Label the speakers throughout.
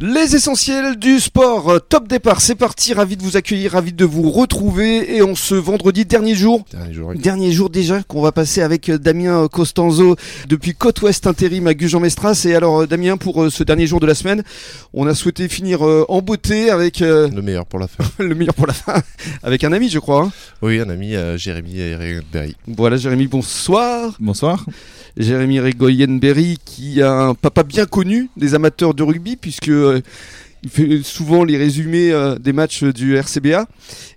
Speaker 1: Les essentiels du sport, euh, top départ, c'est parti, ravi de vous accueillir, ravi de vous retrouver et on se vendredi dernier jour.
Speaker 2: Dernier jour, oui.
Speaker 1: Dernier jour déjà qu'on va passer avec euh, Damien euh, Costanzo depuis Côte Ouest intérim à Gujan-Mestras. Et alors euh, Damien, pour euh, ce dernier jour de la semaine, on a souhaité finir euh, en beauté avec euh,
Speaker 2: Le meilleur pour la fin.
Speaker 1: le meilleur pour la fin, avec un ami je crois. hein.
Speaker 2: Oui, un ami, euh, Jérémy Berry.
Speaker 1: Voilà Jérémy, bonsoir.
Speaker 3: Bonsoir.
Speaker 1: Jérémy Régoyenberry, qui a un papa bien connu des amateurs de rugby, puisque euh, il fait souvent les résumés euh, des matchs euh, du RCBA.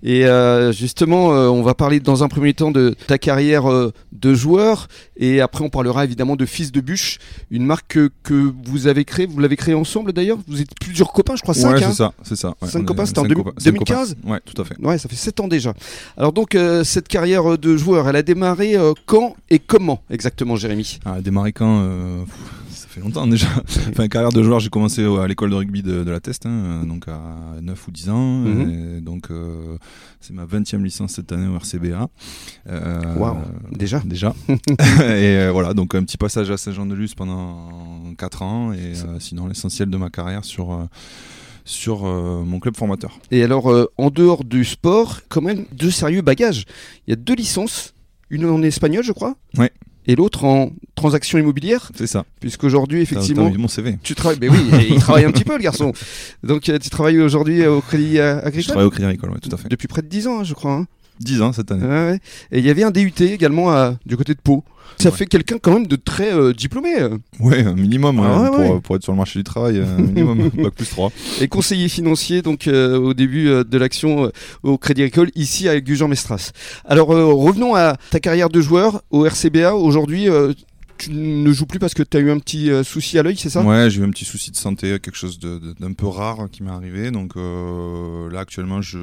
Speaker 1: Et euh, justement, euh, on va parler dans un premier temps de ta carrière euh, de joueur, et après on parlera évidemment de Fils de Bûche, une marque que, que vous avez créée, vous l'avez créée ensemble d'ailleurs, vous êtes plusieurs copains, je crois, cinq.
Speaker 3: ouais,
Speaker 1: hein.
Speaker 3: c'est ça, c'est ça. ouais.
Speaker 1: Cinq
Speaker 3: On est-
Speaker 1: copains, c'était en
Speaker 3: cinq
Speaker 1: 2000-
Speaker 3: copains, cinq
Speaker 1: 2015?
Speaker 3: copains. Ouais, tout à fait.
Speaker 1: Ouais, ça fait sept ans déjà. Alors donc, euh, cette carrière euh, de joueur, elle a démarré euh, quand et comment exactement, Jérémy
Speaker 3: Ah, démarrer quand euh, pff, Ça fait longtemps déjà. enfin, carrière de joueur, j'ai commencé euh, à l'école de rugby de, de la Teste, hein, euh, donc à 9 ou 10 ans.
Speaker 1: Mhm.
Speaker 3: et donc, euh, c'est ma 20e licence cette année au RCBA. Euh,
Speaker 1: Waouh, déjà
Speaker 3: Déjà. et euh, voilà, donc un petit passage à Saint-Jean-de-Luz pendant 4 ans, et euh, sinon l'essentiel de ma carrière sur, euh, sur euh, mon club formateur.
Speaker 1: Et alors, euh, en dehors du sport, quand même deux sérieux bagages. Il y a deux licences, une en espagnol, je crois,
Speaker 3: Ouais.
Speaker 1: et l'autre en transaction immobilière,
Speaker 3: C'est ça.
Speaker 1: puisqu'aujourd'hui,
Speaker 3: T'as- t'as
Speaker 1: effectivement,
Speaker 3: vu mon CV.
Speaker 1: tu travailles. Mais oui, et il travaille un petit peu, le garçon. Donc, euh, tu travailles aujourd'hui euh, au Crédit euh,
Speaker 3: Je
Speaker 1: Agricole
Speaker 3: travaille au Crédit Agricole, ouais, tout à fait.
Speaker 1: depuis près de 10 ans, hein, je crois. hein.
Speaker 3: 10 ans cette année.
Speaker 1: Ouais, ouais. Et il y avait un DUT également à- du côté de Pau. Ça
Speaker 3: Ouais.
Speaker 1: fait quelqu'un quand même de très euh, diplômé euh,
Speaker 3: Ouais, un minimum
Speaker 1: Ah
Speaker 3: hein,
Speaker 1: ouais,
Speaker 3: pour,
Speaker 1: ouais.
Speaker 3: pour être sur le marché du travail, euh, un minimum, bac plus 3.
Speaker 1: et conseiller financier donc euh, au début euh, de l'action euh, au Crédit Agricole ici à Gujan-Mestras. Alors euh, revenons à ta carrière de joueur au RCBA. Aujourd'hui, euh, tu ne joues plus parce que tu as eu un petit euh, souci à l'œil, c'est ça
Speaker 3: Ouais, j'ai eu un petit souci de santé, quelque chose de- de- d'un peu rare qui m'est arrivé. Donc euh, là, actuellement, je,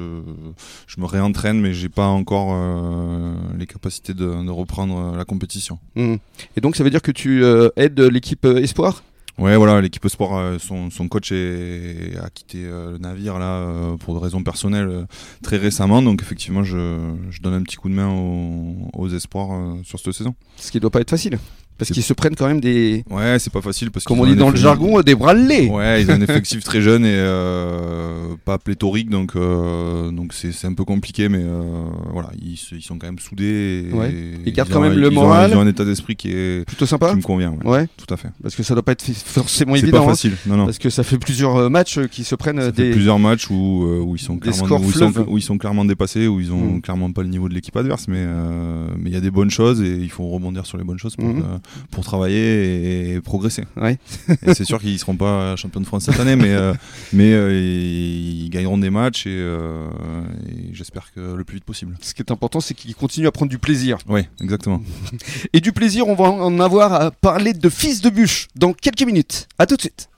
Speaker 3: je me réentraîne, mais j'ai pas encore euh, les capacités de, de reprendre euh, la compétition.
Speaker 1: Mm. Et donc ça veut dire que tu euh, aides l'équipe euh, Espoir
Speaker 3: Ouais, voilà, l'équipe sport, euh, son, son coach est- a quitté euh, le navire là euh, pour des raisons personnelles euh, très récemment. Donc effectivement, je, je donne un petit coup de main aux, aux espoirs euh, sur cette saison.
Speaker 1: Ce qui ne doit pas être facile. Parce
Speaker 3: C'est-
Speaker 1: qu'ils se prennent quand même des,
Speaker 3: Ouais, c'est pas facile parce
Speaker 1: comme
Speaker 3: qu'ils
Speaker 1: on dit
Speaker 3: ont un
Speaker 1: dans le
Speaker 3: effet-
Speaker 1: jargon, euh, des bras levés.
Speaker 3: Ouais, ils ont un effectif très jeune et euh, pas pléthorique, donc euh, donc c'est c'est un peu compliqué, mais euh, voilà, ils, se- ils sont quand même soudés. Et,
Speaker 1: Ouais. Ils gardent
Speaker 3: ont
Speaker 1: quand
Speaker 3: un-
Speaker 1: même le
Speaker 3: ils ont-
Speaker 1: moral.
Speaker 3: ils ont un état d'esprit qui est
Speaker 1: Plutôt
Speaker 3: qui
Speaker 1: sympa
Speaker 3: me convient, ouais,
Speaker 1: Ouais,
Speaker 3: tout à fait.
Speaker 1: parce que ça doit pas être forcément
Speaker 3: c'est pas
Speaker 1: évident. hein,
Speaker 3: facile, non non.
Speaker 1: parce que ça fait plusieurs euh, matchs euh, qui se prennent euh,
Speaker 3: Ça fait
Speaker 1: des,
Speaker 3: plusieurs matchs où, euh, où ils sont
Speaker 1: des
Speaker 3: clairement
Speaker 1: scores
Speaker 3: où ils sont,
Speaker 1: fleuves.
Speaker 3: où ils sont clairement dépassés, où ils ont
Speaker 1: Mm.
Speaker 3: clairement pas le niveau de l'équipe adverse, mais euh, mais il y a des bonnes choses et il faut rebondir sur les bonnes choses pour
Speaker 1: Mhm.
Speaker 3: euh, pour travailler et, progresser.
Speaker 1: Ouais.
Speaker 3: Et c'est sûr qu'ils seront pas champions de France cette année, mais euh, mais euh, ils gagneront des matchs et, euh, et j'espère que le plus vite possible.
Speaker 1: Ce qui est important, c'est qu'ils continuent à prendre du plaisir.
Speaker 3: Oui, exactement.
Speaker 1: Et du plaisir, on va en avoir à parler de Fils de Bûche dans quelques minutes. À tout de suite.